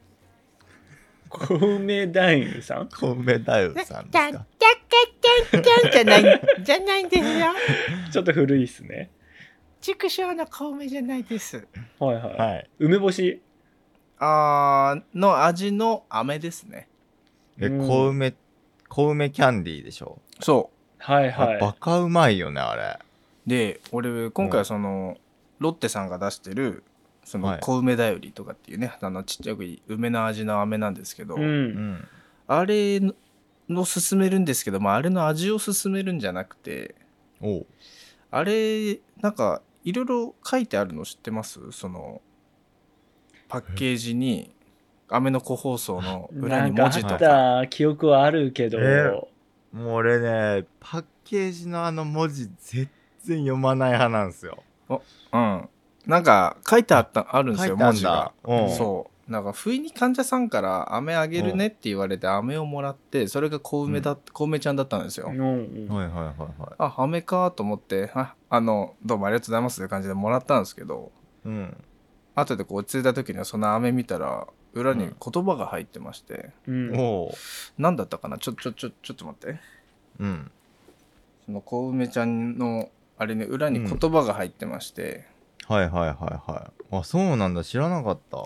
C: 小梅ダインさん
B: コメ太夫
G: ね
B: さんで
G: だ
B: すか
G: だかだだじゃない、じゃないんですよ。
C: ちょっと古いっすね。
G: 畜生の小梅じゃないです。
C: はいはい。
B: はい
C: 梅干し。
D: あーの味の飴ですね
B: え
C: うん
B: 小梅小梅キャンディーでしょ、
D: そ
C: はい
B: あ
C: はい。
B: バカうまいよねあれ
D: うで俺今回はその、ロッテさんが出してるそ
B: は
D: の
B: い
D: 小梅だよりとかっていうね、あのちっちゃくい梅の味の飴なんですけど、
C: う。
B: うんん
D: あれのの勧めるんですけど、まあ、あれの味を勧めるんじゃなくて
B: おう
D: あれなんかいろいろ書いてあるの知ってますそのパッケージに飴の個包装の裏
C: な
D: に
C: んかあ
D: 文
C: っ
D: 字とか
C: た記憶はあるけど、
B: えもう俺ねパッケージのあの文字全然読まない派なんですよ
D: うんなんか書いてあったあるんです
B: 書
D: よ
B: いた
D: 文
B: ん
D: 字が
B: だ。うん
D: そうなんか不意に患者さんから「飴あげるね」って言われて飴をもらってそれが小梅だ、小梅ちゃんだったんですよ、
C: うんうん
B: はいはいはいはい
D: あ飴かと思って「ああのどうもありがとうございます」という感じでもらったんですけど
B: うん
D: 後でこう落ち着いた時にはその飴見たら裏に言葉が入ってまして、
C: うん
B: おう
D: 何だったかなちょちょちょちょっと待って
B: うん
D: その小梅ちゃんのあれね裏に言葉が入ってまして、
B: はいはいはいはいあそうなんだ知らなかった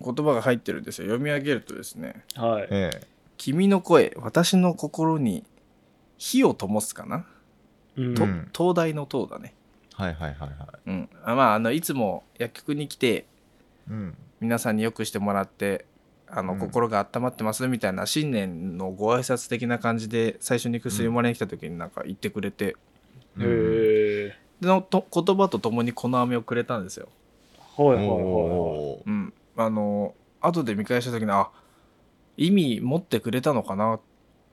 D: 言葉が入ってるんですよ読み上げるとですね
C: はい。
B: ええ
D: 「君の声私の心に火を灯すかな」
C: うん
D: と
B: うん
D: 灯台の塔だね
B: はいはいはいはい
D: うんあまああのいつも薬局に来て
B: うん
D: 皆さんによくしてもらってあの、
B: うん
D: 心が温まってますみたいな新年のご挨拶的な感じで最初に薬をもらいに来た時になんか言ってくれて、
C: へ
B: うん
C: え。
D: でのと言葉とともにこの飴をくれたんですよ、
C: はいはいはいはい。
B: お
D: う。ん、あの後で見返した時にあ意味持ってくれたのかな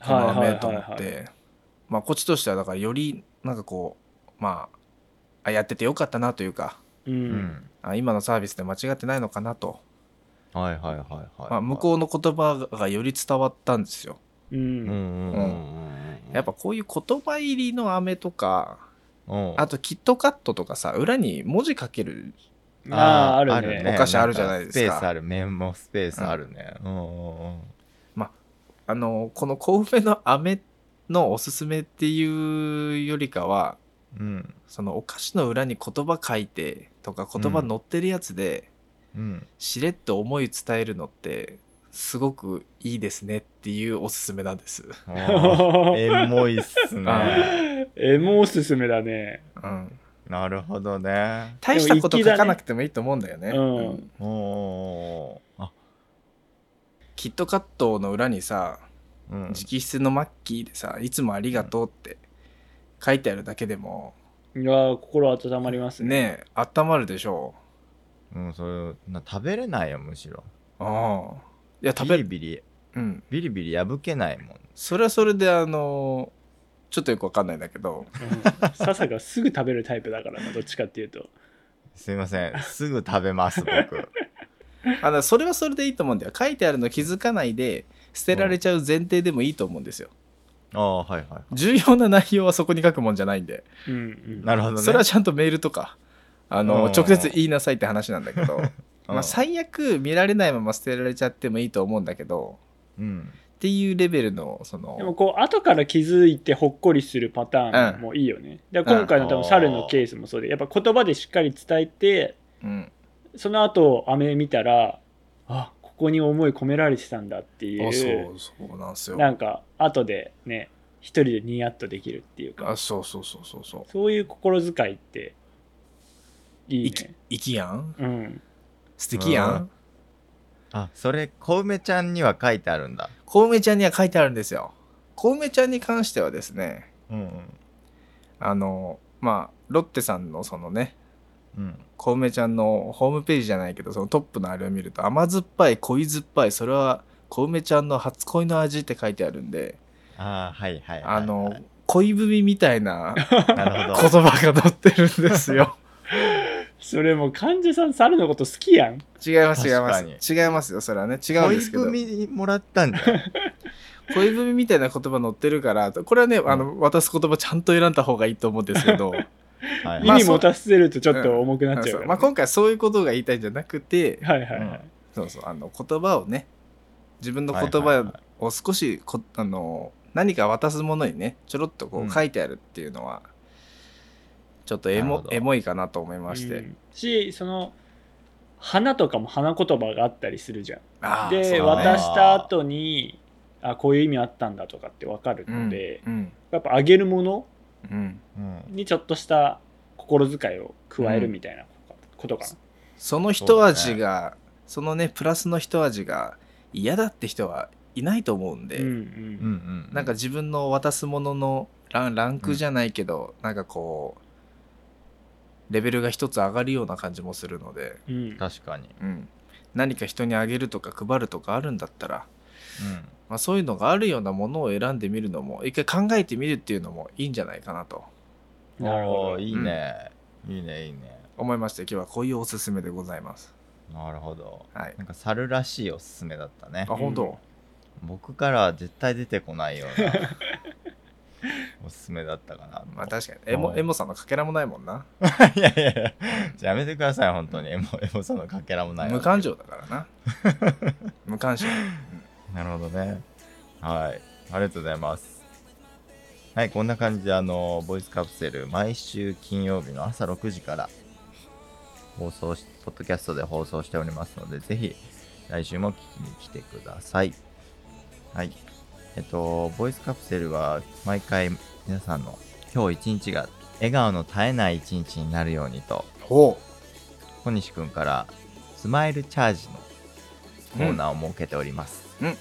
D: この
C: はいはい
D: 飴と思って、
C: はいはい。
D: まあこっちとしてはだからよりなんかこうまああやっててよかったなというか
C: う。
B: うんん。
D: あ今のサービスで間違ってないのかなと、
B: はいはいはいはい。
D: まあ、向こうの言葉がより伝わったんですよ
C: う
B: うん
C: ん。
B: うんうんうん。
D: やっぱこういう言葉入りの飴とか
B: うん、
D: あとキットカットとかさ裏に文字書ける
C: ああ、ある
D: お
C: ね。
D: 菓子あるじゃないですか
B: んスペースある、メモスペースあるね。うんうんうん。
D: あのこの小梅の飴のおすすめっていうよりかは
B: うん。
D: そのお菓子の裏に言葉書いてとか言葉載ってるやつで、
B: うん。
D: しれっと思い伝えるのってすごくいいですねっていうおすすめなんです、
B: あー エモいっす ね。
C: え、もうおすすめだね。
D: うん、
B: なるほどね。
D: 大したこと
C: で
D: 書
C: も粋だね
D: かなくてもいいと思うんだよね
C: うん
D: ん
B: おーおーおーあ、
D: キットカットの裏にさ
B: うん。
D: 直筆のマッキーでさ「いつもありがとう」って書いてあるだけでも
C: いやー、心温まりますね。
D: ねえ温まるでしょ
B: うん、そういうな食べれないよ、むしろ。
D: うああいや食べ
B: ビリ
D: る
B: ビリ、
D: うん
B: ビリビリ破けないもん。
D: それはそれであのちょっとよくわかんないんだけど
C: うん笹がすぐ食べるタイプだからな、どっちかっていうと。
B: すいません、すぐ食べます、 僕。
D: あのそれはそれでいいと思うんだよ書いてあるの気づかないで捨てられちゃう前提でもいいと思うんですよ
B: ああ、はいはい。
D: 重要な内容はそこに書くもんじゃないんで、
C: うんうん。
B: なるほどね。
D: それはちゃんとメールとかあの
B: うん
D: 直接言いなさいって話なんだけ ど、
B: うん
D: まあ、最悪見られないまま捨てられちゃってもいいと思うんだけど
B: うん。
D: っていうレベルのそ
C: でも
D: の
C: こう後から気づいてほっこりするパターンもいいよね。で今回の多分猿のケースもそうでやっぱ言葉でしっかり伝えて
D: うん
C: その後飴見たらあここに思い込められてたんだってい
D: あそううそうなんですよ
C: なんか後でね一人でニヤッとできるっていう
D: あ
C: か
D: そうそうそうそうそう
C: そういう心遣いっていい
D: いき
C: ね。
D: いきやん
C: うん、
D: 素敵や
B: うんんあ、それ、小梅ちゃんには書いてあるんだ。
D: 小梅ちゃんには書いてあるんですよ小梅ちゃんに関してはですね
B: うんうん。
D: あのまあロッテさんのそのね
B: うん。
D: 小梅ちゃんのホームページじゃないけどそのトップのあれを見ると甘酸っぱい恋酸っぱいそれは小梅ちゃんの初恋の味って書いてあるんで
B: ああ、はいはいはい、はい。
D: あの恋文みたいな言
B: なるほど。
D: 葉が載ってるんですよ
C: それもう患者さん猿のこと好きやん。
D: 違います違いま
B: 確
D: す違いますよそれはね違うんで
B: 恋
D: すけど恋文
B: 文もらったんだよ。
D: みたいな言葉載ってるからこれはねあの渡す言葉ちゃんと選んだ方がいいと思うんですけど
B: はい
C: 意
D: まあ
C: 味
D: そう
C: 持たせるとちょっと重くなっちゃう
D: あそう
C: か
D: ま
C: ら
D: あ、
C: ね、
D: 今回そういうことが言いたいんじゃなくて、
C: はいはいはい、
D: そうそうあの言葉をね自分の言
B: はいはい
D: 葉を少しこ、あの何か渡すものにねちょろっとこ
B: うん
D: う書いてあるっていうのは、ちょっとエ
B: なる
D: モ
B: ほど
D: エモいかなと思いまし
C: う
D: て、
C: んしその花とかも花言葉があったりするじゃん
D: ああ
C: で、
D: そうだね
C: 渡した後にあこういう意味あったんだとかって分かるので、
D: うん
C: やっぱあげるもの
D: うん、
B: うん
C: にちょっとした心遣いを加えるみたいなことかな、
D: その一味がそ,、のねプラスの一味が嫌だって人はいないと思うんで、
C: うん
B: うん
C: う
B: う
C: ん
B: ん
D: なんか自分の渡すもののランランクじゃないけど、なんかこうレベルが一つ上がるような感じもするので、
C: うん
B: 確かに、
D: うん、何か人にあげるとか配るとかあるんだったら、まあ、そういうのがあるようなものを選んでみるのも一回考えてみるっていうのもいいんじゃないかなと
B: うん、
C: なるほ
B: おー
C: ど
B: いいね、いいねいいね
D: 思いまして今日はこういうおすすめでございます。
B: なるほど
D: はい、
B: なんか猿らしいおすすめだったね
D: あ本当、
B: 僕からは絶対出てこないよ うなおすすめだったかなと
D: ま あ確かにエモエモさのかけらもないもんな
B: いやいやいやじゃあやめてください本当にエモエモさのかけらもない
D: 無感情だから な無感情
B: なるほどねはいありがとうございますはいこんな感じであのボイスカプセル毎週金曜日の朝6時から放送しポッドキャストで放送しておりますのでぜひ来週も聞きに来てくださいはいえっとボイスカプセルは毎回皆さんの今日一日が笑顔の絶えない一日になるようにと
D: ほ
B: 小西くんからスマイルチャージのコーナーを設けております、
D: うんうん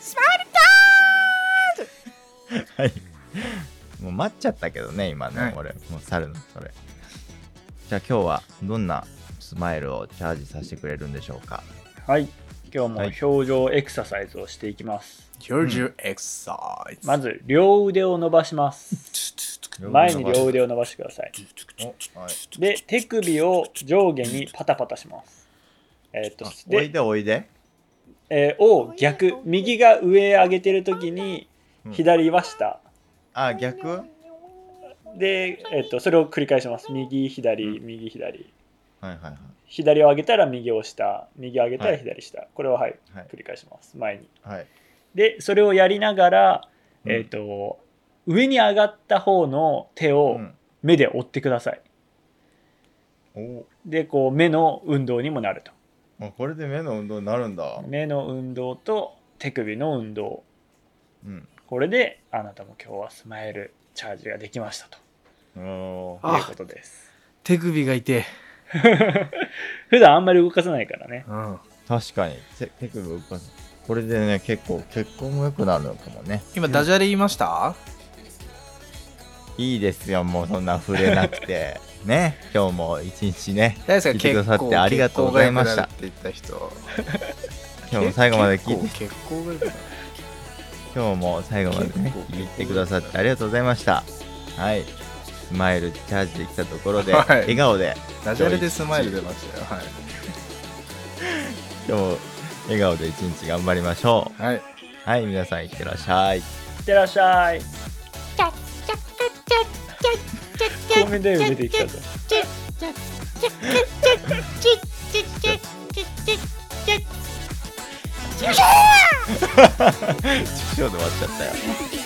B: スマイルチャージ はいもう待っちゃったけどね今ね、
D: はい
B: 俺もう猿のそれじゃあ今日はどんなスマイルをチャージさせてくれるんでしょうか
C: はい今日も
B: はい
C: 表情エクササイズをしていきます、
D: う Your exercise、
C: まず両腕を伸ばします前に両腕を伸ばしてください
B: おはい
C: で手首を上下にパタパタしますえーっと
B: あおい
C: で、
B: でおいで
C: えーを逆右が上へ上げてる時に
B: うん
C: 左は下、
B: あ逆
C: で、えっと、それを繰り返します右左右左
B: はいはいはい
C: 左を上げたら右を下右を上げた
B: は
C: ら
B: い
C: 左下、これをはい
B: はい
C: 繰り返します前に
B: はい
C: でそれをやりながら、
B: うん
C: えっと上に上がった方の手を
B: うん
C: 目で追ってください、
B: お
C: でこう目の運動にもなると
B: あこれで目の運動になるんだ、
C: 目の運動と手首の運動
B: うん
C: これであなたも今日はスマイルチャージができましたと
B: おー
D: あ
C: いうことです
D: 手首が痛い、
C: 普段あんまり動かさないからね
D: うん、
B: 確かに手手首を動かすこれでね結構血行も良くなるのかもね
D: 今ダジャレ言いました
B: いいですよもうそんな触れなく てね今日も一日ね
D: 大輔
B: 聞いてくださってありがとうございました
D: って言った人
B: 今日も最後まで聞いて
D: 結構が良くなる
B: 今日も最後まで
D: 結
B: ね
D: 構
B: 聞いてくださってありがとうございましたはいスマイルチャージできたところで、
D: はい
B: 笑顔で
D: ダジャレでスマイル出ましたよはい、
B: 今日も笑顔で一日頑張りましょ
D: はい、
B: うはい皆さんいってらっしゃい
C: いってらっしゃい
G: ご
C: ごめんだよ出てきたぞ
B: 畜生で終わっちゃったよ